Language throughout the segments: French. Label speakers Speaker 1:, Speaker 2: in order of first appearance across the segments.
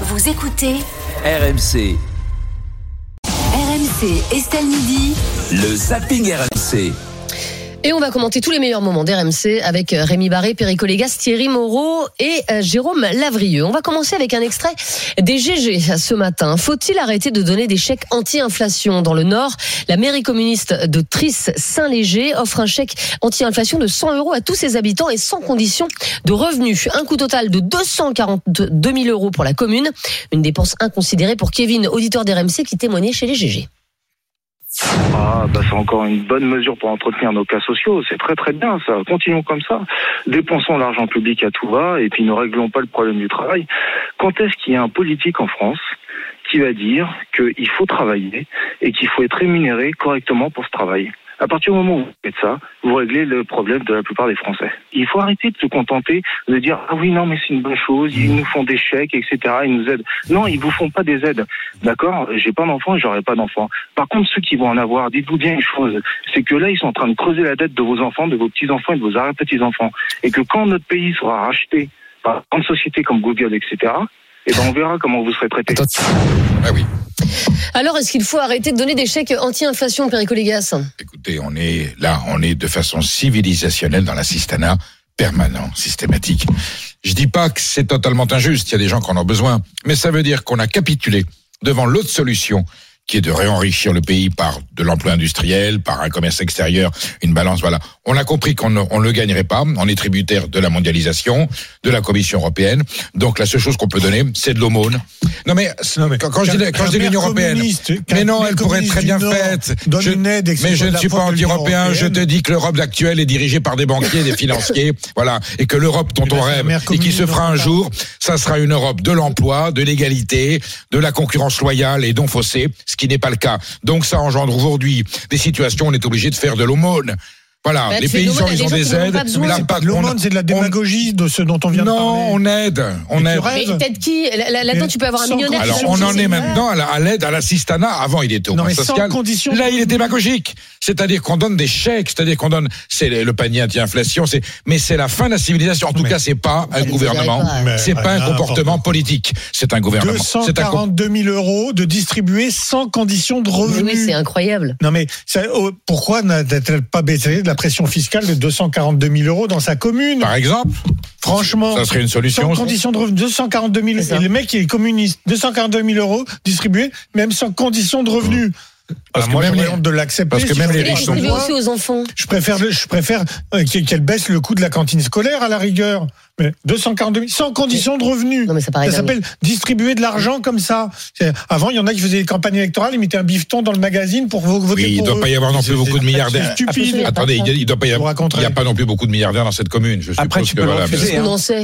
Speaker 1: Vous écoutez
Speaker 2: RMC,
Speaker 1: RMC Estelle Midi.
Speaker 2: le zapping RMC.
Speaker 3: Et on va commenter tous les meilleurs moments d'RMC avec euh, Rémi Barré, Perico Légas, Thierry Moreau et euh, Jérôme Lavrieux. On va commencer avec un extrait des GG ce matin. Faut-il arrêter de donner des chèques anti-inflation Dans le Nord, la mairie communiste de Tris-Saint-Léger offre un chèque anti-inflation de 100 euros à tous ses habitants et sans condition de revenus. Un coût total de 242 000 euros pour la commune. Une dépense inconsidérée pour Kevin, auditeur d'RMC qui témoignait chez les GG.
Speaker 4: Ah, bah, c'est encore une bonne mesure pour entretenir nos cas sociaux. C'est très très bien ça. Continuons comme ça. Dépensons l'argent public à tout va et puis ne réglons pas le problème du travail. Quand est-ce qu'il y a un politique en France qui va dire qu'il faut travailler et qu'il faut être rémunéré correctement pour ce travail à partir du moment où vous faites ça, vous réglez le problème de la plupart des Français. Il faut arrêter de se contenter de dire ah oui non mais c'est une bonne chose, ils nous font des chèques etc. Ils nous aident. Non, ils vous font pas des aides. D'accord, j'ai pas d'enfants, j'aurai pas d'enfants. Par contre, ceux qui vont en avoir, dites-vous bien une chose, c'est que là, ils sont en train de creuser la dette de vos enfants, de vos petits-enfants et de vos arrière-petits-enfants. Et que quand notre pays sera racheté par une grande société comme Google, etc., eh ben, on verra comment vous serez traité.
Speaker 5: Ah oui,
Speaker 3: Alors, est-ce qu'il faut arrêter de donner des chèques anti-inflation, Perico Légas
Speaker 5: écoutez, on est là, on est de façon civilisationnelle dans l'assistanat permanent, systématique. Je dis pas que c'est totalement injuste, il y a des gens qui en ont besoin, mais ça veut dire qu'on a capitulé devant l'autre solution qui est de réenrichir le pays par de l'emploi industriel, par un commerce extérieur, une balance, voilà. On a compris qu'on ne on ne le gagnerait pas, on est tributaire de la mondialisation, de la Commission européenne, donc la seule chose qu'on peut donner, c'est de l'aumône. Non mais,
Speaker 6: Non, mais
Speaker 5: quand, quand je dis, quand je dis
Speaker 6: qu'un
Speaker 5: l'Union
Speaker 6: maire
Speaker 5: européenne,
Speaker 6: communiste, qu'un
Speaker 5: mais non,
Speaker 6: maire
Speaker 5: elle pourrait être
Speaker 6: communiste
Speaker 5: très
Speaker 6: du
Speaker 5: bien
Speaker 6: Nord
Speaker 5: faite.
Speaker 6: donne
Speaker 5: Je-
Speaker 6: une aide,
Speaker 5: mais je
Speaker 6: excellente
Speaker 5: ne suis
Speaker 6: de
Speaker 5: pas
Speaker 6: la faute de l'Union
Speaker 5: anti-européen. Je te
Speaker 6: européenne.
Speaker 5: dis que l'Europe actuelle est dirigée par des banquiers, des financiers, voilà, et que l'Europe dont
Speaker 6: Eh ben,
Speaker 5: on
Speaker 6: c'est la
Speaker 5: rêve
Speaker 6: mère
Speaker 5: et qui se
Speaker 6: communiste
Speaker 5: fera un
Speaker 6: d'Europe.
Speaker 5: jour, ça sera une Europe de l'emploi, de l'égalité, de la concurrence loyale et non faussée, ce qui n'est pas le cas. Donc ça engendre aujourd'hui des situations où on est obligé de faire de l'aumône. Voilà,
Speaker 3: Bah, tu
Speaker 5: les
Speaker 3: fais de
Speaker 5: paysans,
Speaker 3: l'aumône à
Speaker 5: ils
Speaker 3: des
Speaker 5: ont
Speaker 3: gens qui
Speaker 5: des
Speaker 3: n'en ont
Speaker 5: aides.
Speaker 3: pas besoin.
Speaker 5: là,
Speaker 3: C'est
Speaker 6: Pas
Speaker 5: par
Speaker 6: de
Speaker 5: contre,
Speaker 6: l'aumône, c'est de la
Speaker 5: on-
Speaker 6: démagogie de ce dont on vient de
Speaker 5: Non,
Speaker 6: parler.
Speaker 5: on aide, on
Speaker 6: Mais tu
Speaker 5: aide.
Speaker 6: rêves.
Speaker 3: Mais peut-être qui Là- là- Là-dedans,
Speaker 6: Mais
Speaker 3: tu peux avoir un
Speaker 6: sans
Speaker 3: millionnaire. qui
Speaker 5: Alors,
Speaker 3: va
Speaker 5: on
Speaker 3: nous
Speaker 5: en
Speaker 3: aider.
Speaker 5: est maintenant à la- à l'aide à l'assistanat. Avant, il était au
Speaker 6: Non,
Speaker 5: point
Speaker 6: mais sans
Speaker 5: social.
Speaker 6: condition.
Speaker 5: Là, il est démagogique. C'est-à-dire qu'on donne des chèques, c'est-à-dire qu'on donne, c'est le le panier anti-inflation, c'est, mais c'est la fin de la civilisation. En tout
Speaker 6: Mais-
Speaker 5: cas, c'est pas un
Speaker 3: Mais vous
Speaker 5: gouvernement,
Speaker 3: y arrivez
Speaker 6: pas.
Speaker 5: c'est
Speaker 6: Mais-
Speaker 5: pas un
Speaker 6: Ah,
Speaker 5: comportement
Speaker 6: n'importe
Speaker 5: politique. C'est un gouvernement. C'est un com-
Speaker 6: 242 000 euros de distribuer sans condition de
Speaker 3: Mais
Speaker 6: revenu.
Speaker 3: oui, c'est incroyable.
Speaker 6: Non mais ça, oh, pourquoi n'a-t-elle pas baissé de la pression fiscale de 242 000 euros dans sa commune
Speaker 5: par exemple.
Speaker 6: Franchement,
Speaker 5: Bah, Ça serait une solution.
Speaker 6: sans condition de revenu, 242 000.
Speaker 3: C'est ça.
Speaker 6: Et le mec, il est communiste. 242 000 euros distribués, même sans condition de
Speaker 5: Mmh.
Speaker 6: revenu.
Speaker 5: Parce que même
Speaker 6: j'aurais
Speaker 5: les-
Speaker 6: honte de l'accepter.
Speaker 5: Bah, parce que
Speaker 6: si
Speaker 5: même
Speaker 6: je
Speaker 5: les
Speaker 3: Et
Speaker 6: regarde
Speaker 5: riches sont
Speaker 6: chez
Speaker 3: distribuer
Speaker 6: moi,
Speaker 3: aussi aux enfants.
Speaker 6: Je préfère, le- je préfère euh, qu'elle qu'elle baisse le coût de la cantine scolaire à la rigueur. Mais 242 000, sans condition de revenu.
Speaker 3: Non, mais ça paraît
Speaker 6: ça
Speaker 3: dingue.
Speaker 6: s'appelle distribuer de l'argent comme ça. C'est- Avant, il y en a qui faisaient des campagnes électorales, ils mettaient un bifton dans le magazine pour vo- voter
Speaker 5: Oui, il
Speaker 6: pour
Speaker 5: doit
Speaker 6: eux.
Speaker 5: pas y avoir non
Speaker 6: C'est-
Speaker 5: plus beaucoup de
Speaker 6: c'est-
Speaker 5: milliardaires.
Speaker 6: C'est stupide.
Speaker 3: Absolument.
Speaker 5: Attendez, il y a- il doit pas y
Speaker 6: Je vous
Speaker 5: avoir,
Speaker 6: raconterai.
Speaker 5: il y a pas non plus beaucoup de milliardaires dans cette commune. Je
Speaker 7: Après,
Speaker 5: suppose
Speaker 7: tu
Speaker 5: que,
Speaker 7: peux le
Speaker 5: voilà,
Speaker 7: refuser,
Speaker 5: mais-
Speaker 7: hein.
Speaker 3: On en sait.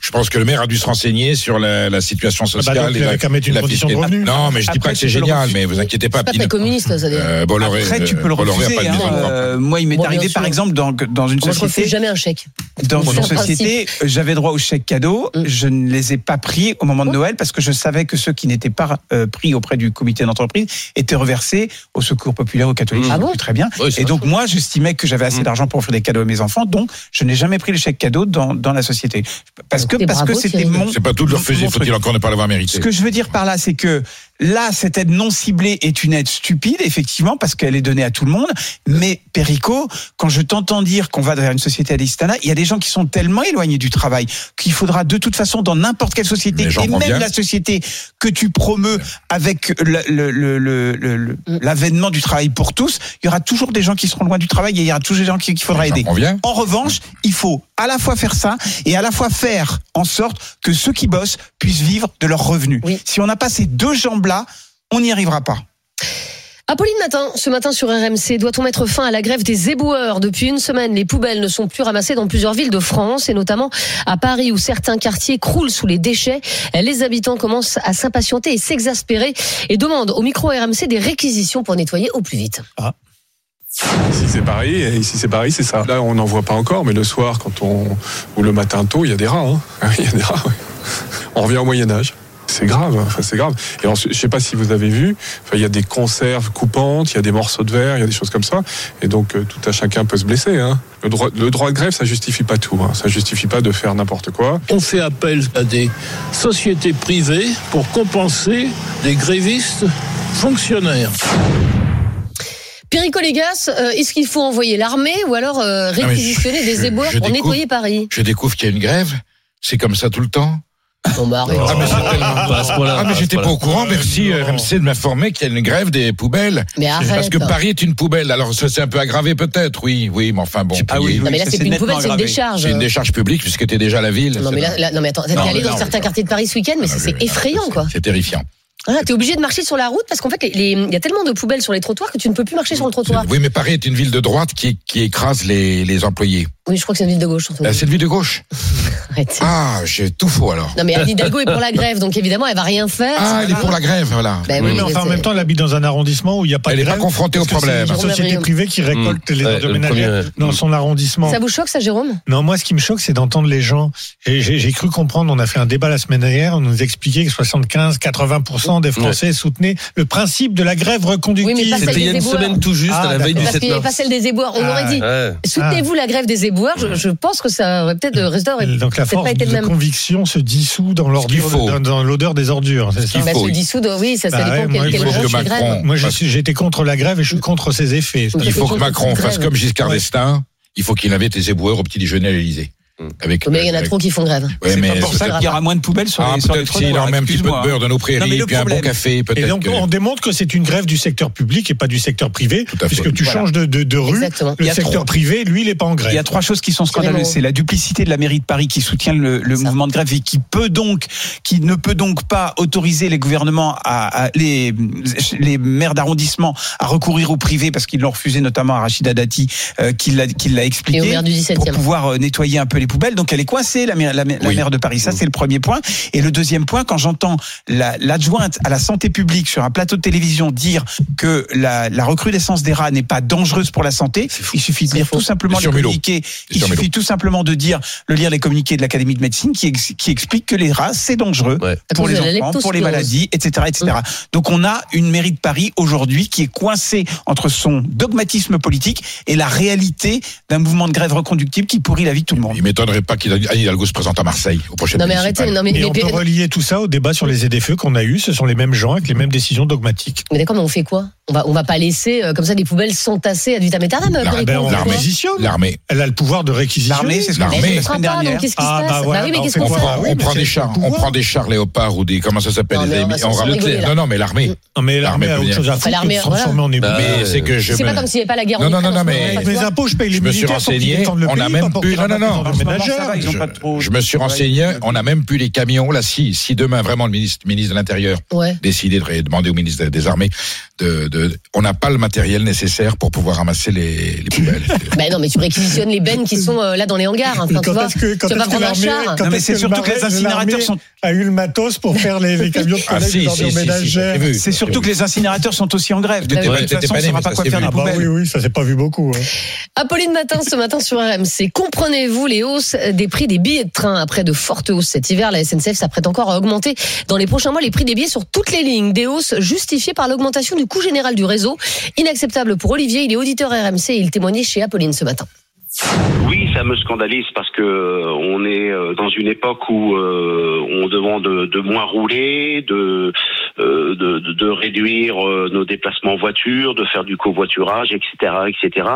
Speaker 5: je pense que le maire a dû se renseigner sur la, la situation
Speaker 6: bah,
Speaker 5: sociale.
Speaker 6: donc, il
Speaker 5: et la-
Speaker 6: avait qu'à mettre une
Speaker 5: et la
Speaker 6: condition de
Speaker 5: fiscalité.
Speaker 6: revenu.
Speaker 5: Non, mais je dis pas
Speaker 7: Après,
Speaker 5: que c'est
Speaker 7: tu peux le
Speaker 5: génial,
Speaker 7: refuser.
Speaker 5: mais vous inquiétez pas.
Speaker 3: C'est pas
Speaker 5: Pino-
Speaker 3: très communiste, ça. d'ailleurs.
Speaker 5: Euh, Bolloré,
Speaker 7: Après, tu
Speaker 5: euh,
Speaker 7: peux le
Speaker 5: Bolloré a
Speaker 7: refuser.
Speaker 5: pas de
Speaker 7: hein.
Speaker 5: maison de campagne.
Speaker 7: Euh, moi, il m'est
Speaker 3: Bon, bien
Speaker 7: arrivé,
Speaker 3: sûr.
Speaker 7: par exemple, dans, dans une
Speaker 3: Moi, je refuse
Speaker 7: société.
Speaker 3: jamais un chèque.
Speaker 7: Dans
Speaker 3: Moi
Speaker 7: une
Speaker 3: non plus.
Speaker 7: société, j'avais droit aux chèques cadeaux.
Speaker 3: Mm. Oh.
Speaker 7: Je ne les ai pas pris au moment de Noël parce que je savais que ceux qui n'étaient pas euh, pris auprès du comité d'entreprise étaient reversés au secours populaire aux catholiques.
Speaker 3: Mm. Ah
Speaker 7: Je sais
Speaker 3: bon
Speaker 7: plus très bien.
Speaker 5: Oui, c'est Mm.
Speaker 7: Et
Speaker 5: vrai.
Speaker 7: donc, moi, j'estimais que j'avais assez d'argent pour offrir des cadeaux à mes enfants. Donc, je n'ai jamais pris le chèque cadeau dans, dans la société. Parce que,
Speaker 3: Écoutez,
Speaker 7: parce que
Speaker 3: Ah, bravo,
Speaker 7: c'était
Speaker 3: Thierry.
Speaker 7: mon.
Speaker 5: C'est pas tout de le refuser,
Speaker 7: mon truc.
Speaker 5: faut-il encore ne pas l'avoir mérité.
Speaker 7: Ce que je veux dire par là, c'est que là, cette aide non ciblée est une aide stupide, effectivement, parce qu'elle est donnée à tout le monde. Mais Perico, quand je t'entends dire qu'on va vers une société à l'Istana, il y a des gens qui sont tellement éloignés du travail qu'il faudra de toute façon, dans n'importe quelle société,
Speaker 5: Mais j'en
Speaker 7: et même
Speaker 5: prends bien.
Speaker 7: la société que tu promeus avec l'avènement le, le- le- le- le- l'avènement du travail pour tous, il y aura toujours des gens qui seront loin du travail et il y aura toujours des gens qui- qu'il faudra
Speaker 5: J'en
Speaker 7: aider.
Speaker 5: conviens.
Speaker 7: En revanche, il faut à la fois faire ça et à la fois faire en sorte que ceux qui bossent puissent vivre de leurs revenus.
Speaker 3: Oui.
Speaker 7: Si on n'a pas ces deux jambes-là, on n'y arrivera pas.
Speaker 3: Apolline Matin, ce matin sur RMC, doit-on mettre fin à la grève des éboueurs Depuis une semaine, les poubelles ne sont plus ramassées dans plusieurs villes de France, et notamment à Paris, où certains quartiers croulent sous les déchets. Les habitants commencent à s'impatienter et s'exaspérer, et demandent au micro RMC des réquisitions pour nettoyer au plus vite.
Speaker 8: Ici c'est Paris, et ici c'est Paris, c'est ça. Là on n'en voit pas encore, mais le soir quand on ou le matin tôt, il y a des rats. hein. Il y a des rats. ouais. On revient au Moyen Âge. c'est grave. Enfin, c'est grave. Et ensuite, je sais pas si vous avez vu, enfin, il y a des conserves coupantes, il y a des morceaux de verre, il y a des choses comme ça. Et donc, euh, tout à chacun peut se blesser. hein. Le, droit, le droit de grève, ça justifie pas tout. hein. Ça justifie pas de faire n'importe quoi.
Speaker 9: On fait appel à des sociétés privées pour compenser des grévistes fonctionnaires.
Speaker 3: Perico Légas, euh, est-ce qu'il faut envoyer l'armée ou alors euh,
Speaker 5: Ah, mais
Speaker 3: réquisitionner
Speaker 5: je-
Speaker 3: des
Speaker 5: je-
Speaker 3: éboueurs
Speaker 5: je
Speaker 3: pour
Speaker 5: découvre.
Speaker 3: nettoyer Paris
Speaker 5: Je découvre qu'il y a une grève. C'est comme ça tout le temps.
Speaker 3: Non, bah arrête.
Speaker 5: Ah, mais c'est tellement-
Speaker 9: Pas à ce point-là,
Speaker 5: Ah,
Speaker 9: pas à
Speaker 5: mais
Speaker 9: ce
Speaker 5: j'étais pas
Speaker 9: point-là.
Speaker 5: au courant. Merci
Speaker 7: Euh,
Speaker 9: non.
Speaker 5: RMC de m'informer qu'il y a une grève des poubelles.
Speaker 3: Mais arrête.
Speaker 5: Parce que Paris est une poubelle. Alors ça c'est un peu aggravé peut-être. Oui, oui, mais enfin bon.
Speaker 7: Ah oui,
Speaker 3: Non, mais là,
Speaker 7: ça,
Speaker 3: c'est
Speaker 7: c'est
Speaker 3: plus une
Speaker 7: nettement
Speaker 3: poubelle, c'est une
Speaker 7: aggravé.
Speaker 3: décharge.
Speaker 5: C'est une décharge publique puisque t'es déjà à la ville.
Speaker 3: Non, mais
Speaker 5: C'est-
Speaker 3: là, là- non, mais attends, t'es
Speaker 5: Non,
Speaker 3: allé
Speaker 5: mais
Speaker 3: dans
Speaker 5: non,
Speaker 3: certains quartiers de Paris ce week-end, mais
Speaker 5: Ah,
Speaker 3: c'est-
Speaker 5: oui,
Speaker 3: c'est
Speaker 5: oui, non,
Speaker 3: effrayant,
Speaker 5: c'est-
Speaker 3: quoi.
Speaker 5: C'est terrifiant.
Speaker 3: Ah, t'es obligé de marcher sur la route parce qu'en fait, les- les- il y a tellement de poubelles sur les trottoirs que tu ne peux plus marcher sur le trottoir.
Speaker 5: Oui, mais Paris est une ville de droite qui, qui écrase les, les employés.
Speaker 3: Oui, je crois que c'est une ville de gauche, surtout.
Speaker 5: Euh, c'est une ville de gauche.
Speaker 3: Arrête.
Speaker 5: Ah, j'ai tout faux alors.
Speaker 3: Non, mais Anne Hidalgo est pour la grève, donc évidemment, elle va rien faire.
Speaker 5: Ah, elle est pour la grève, voilà.
Speaker 3: Ben
Speaker 6: Oui,
Speaker 3: oui,
Speaker 6: mais enfin, en
Speaker 3: c'est-
Speaker 6: même temps, elle habite dans un arrondissement où il n'y a pas
Speaker 5: Elle
Speaker 6: de
Speaker 5: est pas
Speaker 6: grève,
Speaker 5: confrontée au
Speaker 6: parce que
Speaker 5: problème. Mmh.
Speaker 6: C'est une société
Speaker 3: Jérôme
Speaker 6: privée qui récolte les ordures ménagères dans son arrondissement.
Speaker 3: Ça vous choque, ça, Jérôme
Speaker 6: Non, moi, ce qui me choque, c'est d'entendre les gens. Et J'ai j'ai cru comprendre, on a fait un débat la semaine dernière, on nous expliquait que 75-80% des Français soutenaient le principe de la grève reconductive.
Speaker 3: Oui, mais pas celle
Speaker 10: C'était il y a
Speaker 3: des
Speaker 10: une
Speaker 3: éboueurs.
Speaker 10: semaine tout juste,
Speaker 6: Ah,
Speaker 10: à la veille du
Speaker 3: Parce
Speaker 10: 7
Speaker 3: qu'il n'y avait pas
Speaker 10: mars.
Speaker 3: celle des éboueurs. On
Speaker 6: Ah,
Speaker 3: aurait dit,
Speaker 10: Ouais.
Speaker 3: soutenez-vous la grève des éboueurs. Je, je pense que ça aurait peut-être, le résultat aurait
Speaker 6: Donc la
Speaker 3: peut-être
Speaker 6: force
Speaker 3: pas été
Speaker 6: de
Speaker 3: le même.
Speaker 6: conviction se dissout dans
Speaker 5: Ce qu'il
Speaker 6: l'ordure,
Speaker 5: faut.
Speaker 6: dans, dans l'odeur des ordures. c'est ça
Speaker 5: qu'il
Speaker 3: Bah,
Speaker 5: faut.
Speaker 3: se dissoudre, oui, ça, ça
Speaker 6: Bah ouais,
Speaker 3: dépend
Speaker 6: moi,
Speaker 3: quel,
Speaker 6: il
Speaker 3: quel
Speaker 6: faut
Speaker 3: branche
Speaker 5: que
Speaker 3: tu grèves.
Speaker 5: Macron-
Speaker 6: Moi, je suis- j'étais contre la grève et je suis contre ses effets.
Speaker 3: Oui.
Speaker 5: Il faut que
Speaker 3: Quelque
Speaker 5: Macron
Speaker 3: chose de
Speaker 5: fasse
Speaker 3: grave.
Speaker 5: comme Giscard
Speaker 6: Ouais.
Speaker 5: d'Estaing. Il faut qu'il invite les éboueurs au petit déjeuner à l'Élysée. Avec.
Speaker 3: Mais il y en a trop qui font grève.
Speaker 5: Ouais,
Speaker 7: c'est
Speaker 5: mais
Speaker 7: pas pour
Speaker 5: c'est
Speaker 7: ça
Speaker 5: peut-être-
Speaker 7: qu'il y aura moins de poubelles sur
Speaker 5: Ah,
Speaker 7: les, sur les
Speaker 5: peut-être s'il
Speaker 7: trottoirs.
Speaker 5: en met un petit peu de
Speaker 7: excuse-moi.
Speaker 5: beurre dans nos
Speaker 7: Non, mais
Speaker 5: prairies,
Speaker 7: le
Speaker 5: puis un bon
Speaker 7: problème-
Speaker 5: café,
Speaker 6: Et hein,
Speaker 5: peut-être.
Speaker 6: donc,
Speaker 5: que-
Speaker 6: on démontre que c'est une grève du secteur public et pas du secteur privé,
Speaker 5: Tout à fait.
Speaker 6: puisque tu
Speaker 7: Voilà.
Speaker 6: changes de, de- de rue.
Speaker 3: Exactement.
Speaker 7: Il y
Speaker 6: Le
Speaker 7: a
Speaker 6: secteur
Speaker 7: trois-
Speaker 6: privé, lui, il n'est pas en grève.
Speaker 7: Il y a trois choses qui sont
Speaker 3: Vraiment.
Speaker 7: scandaleuses. C'est la duplicité de la mairie de Paris qui soutient le, le
Speaker 3: Ça.
Speaker 7: mouvement de grève et qui peut donc, qui ne peut donc pas autoriser les gouvernements à, à- les, les maires d'arrondissement à recourir au privé parce qu'ils l'ont refusé, notamment à Rachida Dati, euh, qui l'a, qui l'a
Speaker 3: Et au
Speaker 7: expliqué.
Speaker 3: maire du 17
Speaker 7: pour
Speaker 3: e
Speaker 7: pouvoir euh, nettoyer un peu les poubelles. Donc elle est coincée, la maire, la, maire- la
Speaker 5: Oui.
Speaker 7: maire de Paris. Ça,
Speaker 10: Oui.
Speaker 7: c'est le premier point. Et le deuxième point, quand j'entends la- l'adjointe à la santé publique sur un plateau de télévision dire que la, la recrudescence des rats n'est pas dangereuse pour la santé, il suffit de
Speaker 3: C'est
Speaker 7: lire
Speaker 3: faux.
Speaker 7: tout simplement
Speaker 5: C'est
Speaker 7: les
Speaker 5: sur Mulot.
Speaker 7: communiqués.
Speaker 5: C'est
Speaker 7: Il
Speaker 5: sur
Speaker 7: suffit tout simplement de dire, le lire les communiqués de l'Académie de médecine qui, ex- qui explique que les rats, c'est dangereux
Speaker 10: Ouais.
Speaker 7: pour
Speaker 3: cause
Speaker 7: les
Speaker 3: de la
Speaker 7: enfants, pour les
Speaker 3: leptospirose.
Speaker 7: maladies, etc., etc. Donc on a une mairie de Paris aujourd'hui qui est coincée entre son dogmatisme politique et la réalité d'un mouvement de grève reconductible qui pourrit la vie de tout le monde.
Speaker 5: Il m'étonnerait pas qu'Anne Hidalgo se présente à Marseille au prochain
Speaker 3: Non, mais arrêtez, non, mais,
Speaker 6: Et
Speaker 3: mais-
Speaker 6: on peut
Speaker 3: mais-
Speaker 6: relier tout ça au débat sur les aides-feux qu'on a eu. Ce sont les mêmes gens avec les mêmes décisions dogmatiques.
Speaker 3: mais d'accord, mais on fait quoi On va, on va pas laisser, euh, comme ça, des poubelles s'entasser à vitam aeternam,
Speaker 5: La-
Speaker 3: Perico,
Speaker 5: ben,
Speaker 3: on fait
Speaker 5: l'armée-
Speaker 3: quoi
Speaker 6: Ah, réquisitionne.
Speaker 5: L'armée.
Speaker 6: Elle a le pouvoir de réquisitionner.
Speaker 7: L'armée, c'est ce que
Speaker 5: L'armée.
Speaker 7: j'ai
Speaker 3: Mais
Speaker 7: dit
Speaker 3: elle
Speaker 7: la
Speaker 3: ne
Speaker 7: semaine
Speaker 3: prend pas, donc
Speaker 7: dernière.
Speaker 3: qu'est-ce qui se
Speaker 6: Ah,
Speaker 3: passe
Speaker 6: bah voilà,
Speaker 3: Ah oui, mais
Speaker 6: bah,
Speaker 3: qu'est-ce
Speaker 6: on
Speaker 5: On
Speaker 3: qu'on
Speaker 6: fait
Speaker 3: fait
Speaker 6: quoi
Speaker 5: prend,
Speaker 6: oui,
Speaker 5: on
Speaker 6: mais
Speaker 5: prend
Speaker 6: c'est
Speaker 5: des
Speaker 6: le
Speaker 5: chars, on
Speaker 6: pouvoir.
Speaker 5: prend des chars léopards ou des comment ça s'appelle
Speaker 3: Non,
Speaker 5: les
Speaker 3: mais on va
Speaker 5: amis-
Speaker 3: s'en
Speaker 5: on
Speaker 3: rigoler,
Speaker 5: rajoute les-
Speaker 3: là.
Speaker 5: Non non mais l'armée.
Speaker 6: Non, mais l'armée
Speaker 5: L'armée
Speaker 6: a autre
Speaker 5: peut
Speaker 6: chose à
Speaker 3: Enfin,
Speaker 6: foutre que de
Speaker 3: Bah, l'armée,
Speaker 6: se transformer en éboueur.
Speaker 10: Bah,
Speaker 5: Mais
Speaker 10: euh,
Speaker 5: c'est que je
Speaker 3: C'est
Speaker 5: me-
Speaker 3: pas comme s'il n'y avait pas la guerre
Speaker 5: Non,
Speaker 3: en
Speaker 5: non,
Speaker 3: Ukraine en
Speaker 5: non,
Speaker 3: ce
Speaker 5: mais-
Speaker 3: moment,
Speaker 6: Avec
Speaker 3: tu
Speaker 6: mes
Speaker 3: vois.
Speaker 6: impôts, je paye les
Speaker 5: Je me suis
Speaker 6: militaires pour qu'ils
Speaker 5: renseigné,
Speaker 6: défendent le
Speaker 5: on a
Speaker 6: pays,
Speaker 5: même
Speaker 6: pas pour
Speaker 5: plus-
Speaker 6: qu'ils
Speaker 5: non, non, non,
Speaker 6: défendent
Speaker 7: en
Speaker 6: les
Speaker 7: ce moment,
Speaker 6: ménagères.
Speaker 7: ça va, ils ont
Speaker 5: je,
Speaker 7: pas trop-
Speaker 5: je me suis
Speaker 7: Ouais.
Speaker 5: renseigné, on n'a même plus les camions. Là, si, si demain vraiment le ministre, ministre de l'Intérieur
Speaker 3: Ouais.
Speaker 5: décidait de ré- demander au ministre des- des Armées, de, de- on n'a pas le matériel nécessaire pour pouvoir ramasser les, les poubelles.
Speaker 3: Bah non, mais tu réquisitionnes les bennes qui sont euh, là dans les hangars. hein.
Speaker 6: Et
Speaker 3: Enfin, tu
Speaker 6: quand
Speaker 3: vois,
Speaker 6: est-ce que- quand
Speaker 3: tu vas
Speaker 6: est-ce que
Speaker 3: prendre un
Speaker 6: l'armée-
Speaker 3: char.
Speaker 6: quand
Speaker 7: Non, mais
Speaker 6: est-ce
Speaker 7: c'est surtout que les
Speaker 6: l'armée-
Speaker 7: incinérateurs
Speaker 6: l'armée
Speaker 7: sont-
Speaker 6: a eu le matos pour faire les, les camions de
Speaker 5: Ah,
Speaker 6: collecte
Speaker 5: si,
Speaker 6: d'ordures
Speaker 5: si, si, si,
Speaker 6: ménagères.
Speaker 5: j'ai vu.
Speaker 7: C'est surtout que les incinérateurs sont aussi en grève. De
Speaker 5: T'étais
Speaker 10: pas-
Speaker 7: toute
Speaker 5: t'étais
Speaker 7: façon,
Speaker 5: pas
Speaker 7: on
Speaker 5: né,
Speaker 7: saura
Speaker 5: mais
Speaker 7: pas
Speaker 5: ça
Speaker 7: quoi
Speaker 5: s'est
Speaker 7: faire
Speaker 5: vu.
Speaker 7: des
Speaker 6: Ah bah oui,
Speaker 7: poubelles.
Speaker 6: oui, ça s'est pas vu beaucoup. hein.
Speaker 3: Apolline Matin, ce matin sur RMC. Comprenez-vous les hausses des prix des billets de train après de fortes hausses cet hiver La SNCF s'apprête encore à augmenter dans les prochains mois les prix des billets sur toutes les lignes. Des hausses justifiées par l'augmentation du coût général du réseau. Inacceptable pour Olivier, il est auditeur RMC et il témoignait chez Apolline ce matin.
Speaker 11: Oui, ça me scandalise parce que euh, on est euh, dans une époque où euh, on demande de moins rouler, de euh, de, de- de réduire euh, nos déplacements en voiture, de faire du covoiturage, etc., etc.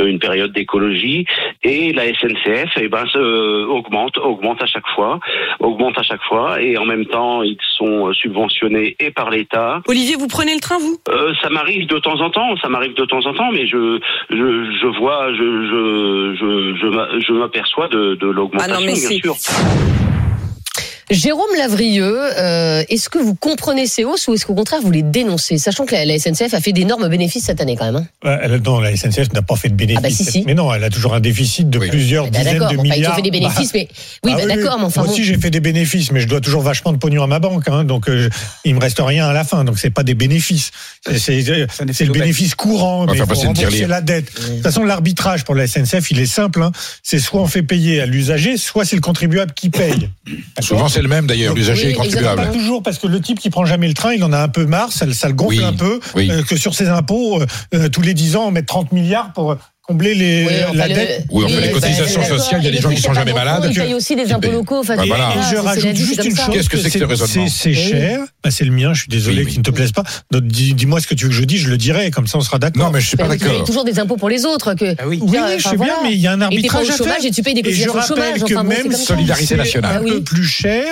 Speaker 11: euh, Une période d'écologie et la SNCF, eh ben, se- augmente, augmente à chaque fois, augmente à chaque fois, et en même temps ils sont euh, subventionnés et par l'État.
Speaker 12: Olivier, vous prenez le train, vous
Speaker 11: Euh, ça m'arrive de temps en temps, ça m'arrive de temps en temps, mais je je, je vois, je je je je m'a- je m'aperçois de, de l'augmentation,
Speaker 12: Ah non, mais
Speaker 11: bien
Speaker 12: c'est-
Speaker 11: sûr.
Speaker 3: Jérôme Lavrieux, euh, est-ce que vous comprenez ces hausses ou est-ce qu'au contraire vous les dénoncez Sachant que la, la SNCF a fait d'énormes bénéfices cette année quand même. hein.
Speaker 6: Ouais, elle- non, la SNCF n'a pas fait de bénéfice.
Speaker 3: Ah bah si, si.
Speaker 6: Mais non, elle a toujours un déficit de
Speaker 5: Oui.
Speaker 6: plusieurs
Speaker 3: Bah,
Speaker 6: dizaines
Speaker 3: d'accord,
Speaker 6: de
Speaker 3: bon, bah, ils ont
Speaker 6: milliards.
Speaker 3: fait des bénéfices, mais oui,
Speaker 6: Ah
Speaker 3: bah, d'accord, mais enfin
Speaker 6: Moi
Speaker 3: bon.
Speaker 6: aussi, j'ai fait des bénéfices, mais je dois toujours vachement de pognon à ma banque. Hein, donc, euh, je- il me reste rien à la fin. Donc, c'est pas des bénéfices. C'est- C'est euh,
Speaker 7: C'est un effet
Speaker 6: c'est le
Speaker 7: d'aubaine.
Speaker 6: bénéfice courant.
Speaker 5: va
Speaker 6: Mais
Speaker 5: faire
Speaker 6: il faut
Speaker 5: passer une
Speaker 6: rembourser
Speaker 5: tirelire.
Speaker 6: la dette. De toute façon, l'arbitrage pour la SNCF, il est simple. hein. C'est soit on fait payer à l'usager, soit c'est le contribuable qui paye.
Speaker 5: Souvent,
Speaker 6: D'accord
Speaker 5: c'est le même d'ailleurs, l'usager
Speaker 3: Oui,
Speaker 5: et
Speaker 6: Pas
Speaker 5: contribuable.
Speaker 6: toujours, parce que le type qui prend jamais le train, il en a un peu marre, ça, le- ça le gonfle
Speaker 5: Oui,
Speaker 6: un peu,
Speaker 5: oui.
Speaker 6: euh, que sur ses impôts, euh, euh, tous les 10 ans, on met 30 milliards pour combler les,
Speaker 3: Oui, enfin,
Speaker 6: la
Speaker 3: le-
Speaker 6: dette.
Speaker 5: Oui, on fait
Speaker 3: mais-
Speaker 5: les cotisations
Speaker 3: bah,
Speaker 5: sociales, il y a des gens qui sont jamais malades.
Speaker 3: Ils payent aussi des impôts locaux. Enfin,
Speaker 5: Bah,
Speaker 3: tu-
Speaker 5: voilà.
Speaker 6: Et
Speaker 3: c'est-
Speaker 6: je
Speaker 3: c'est la
Speaker 6: rajoute
Speaker 3: vie, c'est
Speaker 6: juste
Speaker 3: comme
Speaker 6: une
Speaker 3: ça.
Speaker 6: chose.
Speaker 5: Qu'est-ce que c'est que ce raisonnement
Speaker 6: c'est- C'est
Speaker 3: Oui.
Speaker 6: cher, bah, c'est le mien, je suis désolé
Speaker 5: Oui, oui.
Speaker 6: qu'il ne te plaise pas. Donc, dis- Dis-moi ce que tu veux que je dise, je le dirai, comme ça on sera d'accord.
Speaker 5: Non, mais je suis pas
Speaker 3: Mais tu payes
Speaker 5: d'accord.
Speaker 3: toujours des impôts pour les autres. Que,
Speaker 7: Ah oui.
Speaker 6: Oui,
Speaker 3: Enfin,
Speaker 6: oui, je sais
Speaker 3: voilà.
Speaker 6: bien, mais il y a un
Speaker 3: Et t'es pas au
Speaker 6: arbitrage à faire.
Speaker 3: chômage et tu payes des
Speaker 6: Et je
Speaker 3: cotisations au
Speaker 6: rappelle
Speaker 3: chômage.
Speaker 6: que
Speaker 3: Enfin, bon, c'est
Speaker 6: même
Speaker 3: comme ça.
Speaker 5: Solidarité
Speaker 6: si c'est
Speaker 5: nationale.
Speaker 6: un
Speaker 3: Ah oui.
Speaker 6: peu plus cher,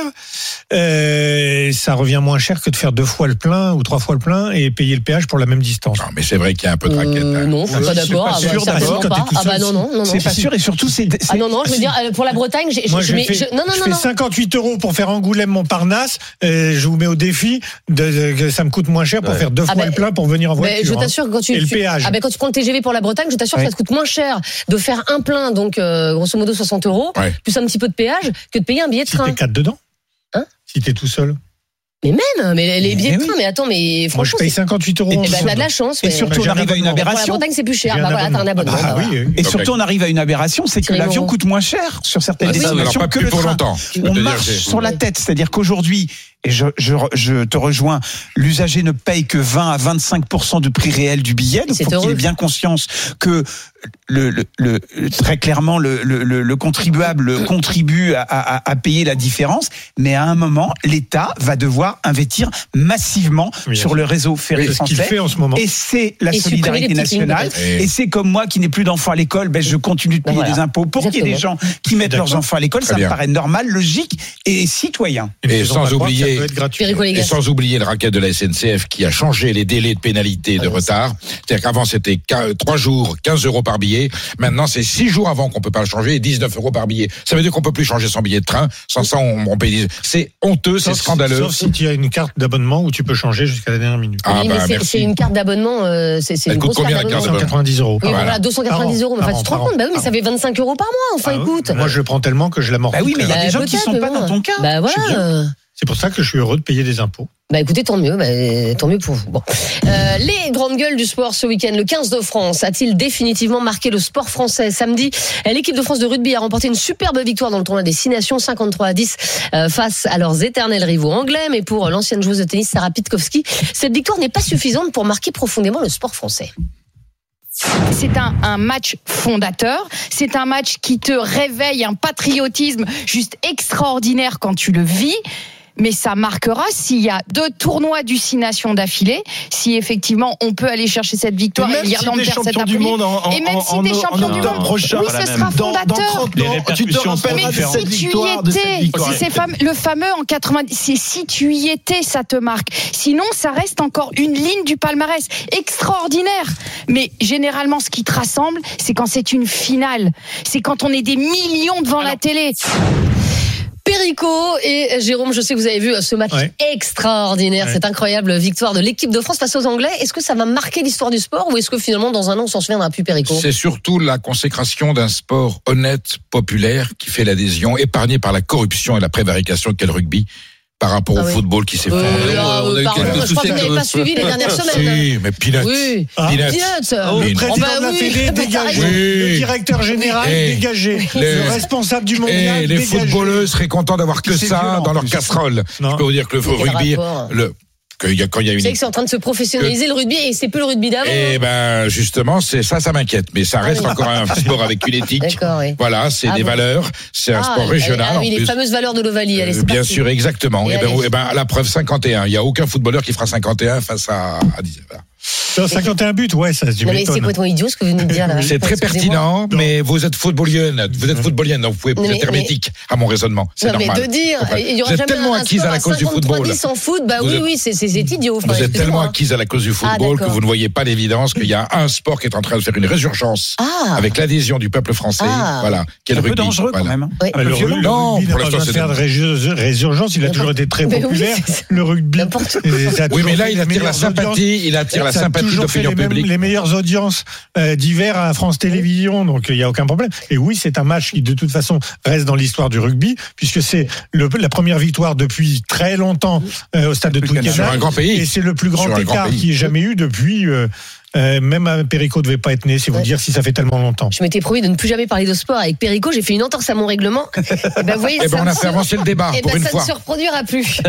Speaker 6: euh, ça revient moins cher que de faire deux fois le plein ou trois fois le plein et payer le péage pour la même distance.
Speaker 5: Non, Ah, mais c'est vrai qu'il y a un peu de raquette.
Speaker 3: Euh,
Speaker 5: hein.
Speaker 3: non, je suis pas
Speaker 6: c'est
Speaker 3: d'accord.
Speaker 6: pas
Speaker 3: Ah, bah,
Speaker 6: sûr,
Speaker 3: certainement
Speaker 6: parce que quand
Speaker 3: pas.
Speaker 6: t'es tout
Speaker 3: Ah bah
Speaker 6: seul,
Speaker 3: non, non, non. non.
Speaker 7: C'est pas sûr et surtout c'est.
Speaker 3: Ah non, non, je veux dire, euh, pour la Bretagne, j'ai-
Speaker 6: Moi,
Speaker 3: je
Speaker 6: je,
Speaker 3: mets.
Speaker 6: fais,
Speaker 3: je- Non, non,
Speaker 6: je
Speaker 3: non,
Speaker 6: fais
Speaker 3: non.
Speaker 6: 58 euros pour faire Angoulême-Montparnasse. euh, je vous mets au défi de, de- que ça me coûte moins cher pour faire deux
Speaker 3: Ah
Speaker 6: fois
Speaker 3: ben,
Speaker 6: le plein pour venir en voiture.
Speaker 3: Mais je
Speaker 6: hein.
Speaker 3: t'assure que quand tu,
Speaker 6: Et le
Speaker 3: tu-
Speaker 6: péage.
Speaker 3: Ah ben, quand tu prends le TGV pour la Bretagne, je t'assure
Speaker 6: Ouais.
Speaker 3: que ça te coûte moins cher de faire un plein, donc euh, grosso modo 60 euros,
Speaker 5: Ouais.
Speaker 3: plus un petit peu de péage, que de payer un billet de
Speaker 6: Si t'es
Speaker 3: train.
Speaker 6: quatre dedans
Speaker 3: Hein
Speaker 6: Si t'es tout seul
Speaker 3: Mais même, mais les billets
Speaker 7: Mais
Speaker 3: de
Speaker 7: oui.
Speaker 3: train, mais attends, mais
Speaker 6: Moi, je
Speaker 3: franchement,
Speaker 6: paye
Speaker 3: c'est-
Speaker 6: 58 euros.
Speaker 7: Et
Speaker 6: en
Speaker 3: eh ben,
Speaker 6: somme.
Speaker 3: t'as de la chance.
Speaker 7: Et
Speaker 3: mais-
Speaker 7: surtout,
Speaker 6: J'ai
Speaker 7: on
Speaker 6: un
Speaker 7: arrive à une
Speaker 6: abonnement.
Speaker 3: pour la
Speaker 7: aberration.
Speaker 3: Bretagne, c'est plus cher.
Speaker 6: Ah bah, J'ai
Speaker 3: Bah
Speaker 6: un
Speaker 3: voilà, t'as un abonnement.
Speaker 6: Ah
Speaker 3: bah voilà.
Speaker 6: oui,
Speaker 7: Et
Speaker 5: Donc,
Speaker 7: surtout, on arrive à une aberration, c'est que
Speaker 3: Thierry
Speaker 7: l'avion
Speaker 3: Moreau.
Speaker 7: coûte moins cher sur certaines
Speaker 3: Ah, ça,
Speaker 5: Bah Alors,
Speaker 7: destinations
Speaker 5: pas
Speaker 7: que
Speaker 5: plus
Speaker 7: le
Speaker 5: pour
Speaker 7: train.
Speaker 5: longtemps. Je
Speaker 7: On
Speaker 5: veux dire,
Speaker 7: marche
Speaker 5: j'ai-
Speaker 7: sur la tête, c'est-à-dire qu'aujourd'hui, et je, je, je te rejoins, l'usager ne paye que 20 à 25 du prix réel du billet. Donc,
Speaker 3: C'est
Speaker 7: faut qu'il
Speaker 3: heureux.
Speaker 7: ait bien conscience que le, le, le- très clairement le, le, le- le contribuable contribue à, à- à- à payer la différence, mais à un moment, l'État va devoir investir massivement
Speaker 6: Oui,
Speaker 7: sur le réseau ferré
Speaker 6: C'est ce qu'il
Speaker 7: français.
Speaker 6: fait en ce moment.
Speaker 7: Et c'est la
Speaker 3: Et supprimer
Speaker 7: solidarité
Speaker 3: les petites lignes de
Speaker 7: nationale.
Speaker 5: tête.
Speaker 7: Et c'est comme moi qui n'ai plus d'enfants à l'école, ben je continue de
Speaker 3: Ben
Speaker 7: payer
Speaker 3: voilà.
Speaker 7: des impôts pour qu'il y ait des gens qui mettent
Speaker 6: D'accord.
Speaker 7: leurs enfants à l'école. Ça
Speaker 5: bien.
Speaker 7: me paraît normal, logique et citoyen.
Speaker 5: Et
Speaker 6: ils
Speaker 5: sans
Speaker 6: ont pas le droit,
Speaker 5: oublier-
Speaker 6: Ça peut être gratuit.
Speaker 3: Perico les
Speaker 5: Et
Speaker 3: gars.
Speaker 5: sans oublier le racket de la SNCF qui a changé les délais de pénalité
Speaker 3: Ah,
Speaker 5: de retard. C'est-à-dire qu'avant c'était 3 jours, 15 euros par billet. Maintenant c'est 6 jours avant qu'on peut pas le changer et 19 euros par billet. Ça veut dire qu'on peut plus changer son billet de train. Sans ça, on, on paye. des- C'est honteux, c'est
Speaker 6: Sauf-
Speaker 5: scandaleux.
Speaker 6: Sauf si tu as une carte d'abonnement où tu peux changer jusqu'à la dernière minute.
Speaker 5: Ah
Speaker 3: Oui, mais
Speaker 5: bah
Speaker 3: c'est- c'est
Speaker 5: merci.
Speaker 3: une carte d'abonnement, euh, c'est c'est
Speaker 5: Elle
Speaker 3: une
Speaker 5: coûte
Speaker 3: grosse carte
Speaker 5: combien, la carte
Speaker 3: d'abonnement.
Speaker 5: d'abonnement
Speaker 6: 190 euros.
Speaker 3: Oui,
Speaker 5: Ah,
Speaker 3: voilà,
Speaker 5: voilà. Ah,
Speaker 3: 290 euros. Mais
Speaker 6: Par
Speaker 3: Enfin,
Speaker 6: an,
Speaker 3: tu te rends
Speaker 6: par an,
Speaker 3: compte Bah oui, mais
Speaker 6: par
Speaker 3: ça
Speaker 6: an.
Speaker 3: fait 25 euros par mois. Enfin,
Speaker 6: Ah oui,
Speaker 3: écoute.
Speaker 6: Moi, je le prends tellement que je l'amortis.
Speaker 7: Bah oui, mais il y a
Speaker 3: Bah,
Speaker 7: des gens qui
Speaker 3: peut-être,
Speaker 7: sont
Speaker 3: mais
Speaker 7: pas
Speaker 3: bon.
Speaker 7: dans ton cas.
Speaker 3: Bah
Speaker 6: bien.
Speaker 3: voilà.
Speaker 6: C'est pour ça que je suis heureux de payer des impôts.
Speaker 3: Bah écoutez, tant mieux, bah, tant mieux pour vous. Bon. Euh, les grandes gueules du sport ce week-end, le 15 de France a-t-il définitivement marqué le sport français Samedi, euh, l'équipe de France de rugby a remporté une superbe victoire dans le tournoi des Six Nations, 53 à 10 euh, face à leurs éternels rivaux anglais. Mais pour euh, l'ancienne joueuse de tennis Sarah Pitkowski, cette victoire n'est pas suffisante pour marquer profondément le sport français.
Speaker 10: C'est un, un match fondateur. C'est un match qui te réveille un patriotisme juste extraordinaire quand tu le vis. Mais ça marquera s'il y a deux tournois du Six Nations d'affilée, si effectivement on peut aller chercher cette victoire et l'Irlande perd cet après-midi.
Speaker 12: en,
Speaker 10: Et même si t'es champion du monde, oui, ce sera fondateur.
Speaker 12: tu te rappelles
Speaker 10: Mais si tu y étais, si c'est fam- le fameux en 90, c'est si tu y étais, ça te marque. Sinon, ça reste encore une ligne du palmarès extraordinaire. Mais généralement, ce qui te rassemble, c'est quand c'est une finale. C'est quand on est des millions devant la télé.
Speaker 3: Perico et Jérôme, je sais que vous avez vu euh, ce match
Speaker 6: Ouais.
Speaker 3: extraordinaire,
Speaker 6: Ouais.
Speaker 3: cette incroyable victoire de l'équipe de France face aux Anglais. Est-ce que ça va marquer l'histoire du sport ou est-ce que finalement dans un an on s'en souviendra plus Perico
Speaker 5: C'est surtout la consécration d'un sport honnête, populaire, qui fait l'adhésion, épargné par la corruption et la prévarication qu'est le rugby par rapport
Speaker 3: Ah
Speaker 5: au
Speaker 3: oui.
Speaker 5: football qui s'est
Speaker 3: Euh,
Speaker 5: fait.
Speaker 3: là,
Speaker 12: on a eu
Speaker 3: pardon,
Speaker 12: quelques
Speaker 3: je crois que
Speaker 12: soucis
Speaker 3: vous
Speaker 12: avec
Speaker 3: n'avez
Speaker 12: le-
Speaker 3: pas suivi les dernières semaines. hein.
Speaker 5: Si, mais Peanuts.
Speaker 3: Oui.
Speaker 6: Ah.
Speaker 5: Peanuts.
Speaker 3: Pilote.
Speaker 6: Oh,
Speaker 5: Mais
Speaker 6: le
Speaker 5: non.
Speaker 6: président
Speaker 3: Oh, bah
Speaker 6: de la
Speaker 3: oui.
Speaker 6: Fédé
Speaker 3: Bah,
Speaker 6: dégagé,
Speaker 5: oui.
Speaker 6: le directeur général
Speaker 5: Eh.
Speaker 6: dégagé,
Speaker 5: Les-
Speaker 6: le responsable du mondial
Speaker 5: Et les
Speaker 6: dégagé.
Speaker 5: footballeurs seraient contents d'avoir que
Speaker 6: C'est
Speaker 5: ça
Speaker 6: violent,
Speaker 5: dans
Speaker 6: en
Speaker 5: leur
Speaker 6: plus.
Speaker 5: casserole.
Speaker 6: Non.
Speaker 5: Je peux vous dire que le
Speaker 3: Mais quel
Speaker 5: rugby,
Speaker 3: rapport
Speaker 5: le, que y a- quand il y a
Speaker 3: Vous
Speaker 5: une
Speaker 3: savez que c'est en train de se professionnaliser le rugby et c'est plus le rugby d'avant.
Speaker 5: Eh ben justement, c'est ça, ça m'inquiète. Mais ça reste
Speaker 3: Ah oui.
Speaker 5: encore un sport avec une éthique.
Speaker 3: D'accord, oui.
Speaker 5: Voilà, c'est
Speaker 3: Ah
Speaker 5: des
Speaker 3: bon.
Speaker 5: valeurs, c'est un
Speaker 3: Ah,
Speaker 5: sport régional
Speaker 3: ah oui,
Speaker 5: en
Speaker 3: les
Speaker 5: plus.
Speaker 3: fameuses valeurs de l'Ovalie. Allez,
Speaker 5: Euh,
Speaker 3: c'est
Speaker 5: bien
Speaker 3: parti.
Speaker 5: sûr, exactement.
Speaker 3: Et
Speaker 5: Et, ben,
Speaker 3: allez.
Speaker 5: eh ben, à la preuve 51. Il y a aucun footballeur qui fera 51 face à. à 10. Voilà.
Speaker 6: Non, 51 buts, ouais, ça se hein.
Speaker 3: Non mais c'est complètement idiot ce bah que vous venez de dire là.
Speaker 5: C'est très
Speaker 3: Excusez-moi.
Speaker 5: pertinent, mais vous êtes footballienne, vous êtes footballienne, donc vous pouvez vous
Speaker 3: Mmh. Mais-
Speaker 5: êtes hermétique à mon raisonnement. C'est
Speaker 3: Non, mais
Speaker 5: normal.
Speaker 3: de dire,
Speaker 5: Vous comprenez
Speaker 3: il y aura
Speaker 5: vous êtes
Speaker 3: jamais
Speaker 5: tellement
Speaker 3: un
Speaker 5: acquise
Speaker 3: sport
Speaker 5: à la cause du
Speaker 3: 53,
Speaker 5: football.
Speaker 3: 10 en foot, bah
Speaker 5: Vous
Speaker 3: oui,
Speaker 5: êtes-
Speaker 3: oui, c'est c'est- c'est idiot.
Speaker 5: Vous êtes tellement acquise à la cause du football que
Speaker 3: Ah, d'accord.
Speaker 5: vous ne voyez pas l'évidence qu'il y a un sport qui est en train de faire une résurgence
Speaker 3: Ah.
Speaker 5: avec l'adhésion du peuple français.
Speaker 3: Ah.
Speaker 5: Voilà.
Speaker 7: C'est
Speaker 5: Quel
Speaker 7: un peu
Speaker 5: rugby,
Speaker 7: dangereux
Speaker 5: voilà.
Speaker 7: quand même. hein.
Speaker 3: Ouais.
Speaker 7: Un peu
Speaker 6: le
Speaker 7: violent.
Speaker 6: rugby
Speaker 5: Non,
Speaker 6: n'a
Speaker 5: pour
Speaker 6: pas
Speaker 5: l'instant,
Speaker 6: besoin de
Speaker 5: c'est
Speaker 6: faire de résur- résurgence, il a toujours été très
Speaker 3: Mais oui,
Speaker 6: populaire.
Speaker 3: c'est ça.
Speaker 6: Le rugby,
Speaker 3: N'importe
Speaker 6: et ça a
Speaker 5: Oui,
Speaker 6: toujours
Speaker 5: mais là,
Speaker 6: fait
Speaker 5: il attire
Speaker 6: les
Speaker 5: la
Speaker 6: meilleures audiences.
Speaker 5: sympathie, il attire la
Speaker 6: Ça a
Speaker 5: problématique
Speaker 6: toujours fait
Speaker 5: d'opinion
Speaker 6: les, mêmes-
Speaker 5: publique.
Speaker 6: les meilleures audiences euh, d'hiver à France Télévisions, donc il n'y a aucun problème. Et oui, c'est un match qui, de toute façon, reste dans l'histoire du rugby, puisque c'est le- la première victoire depuis très longtemps euh, au stade de
Speaker 7: Sur un
Speaker 6: Twickenham.
Speaker 5: grand pays.
Speaker 6: Et c'est le plus grand
Speaker 5: Sur un grand
Speaker 6: écart
Speaker 5: pays.
Speaker 6: qui ait jamais eu depuis. euh, euh, même euh, Perico devait pas être né, c'est vous
Speaker 3: Ouais.
Speaker 6: dire si ça fait tellement longtemps.
Speaker 3: Je m'étais promis de ne plus jamais parler de sport avec Perico. J'ai fait une entorse à mon règlement. Et ben, vous voyez,
Speaker 5: Eh
Speaker 3: ça
Speaker 5: ben, on
Speaker 3: ne
Speaker 5: a fait
Speaker 3: se-
Speaker 5: avancer le débat
Speaker 3: Eh
Speaker 5: pour
Speaker 3: ben,
Speaker 5: une
Speaker 3: ça
Speaker 5: fois.
Speaker 3: ne se reproduira plus.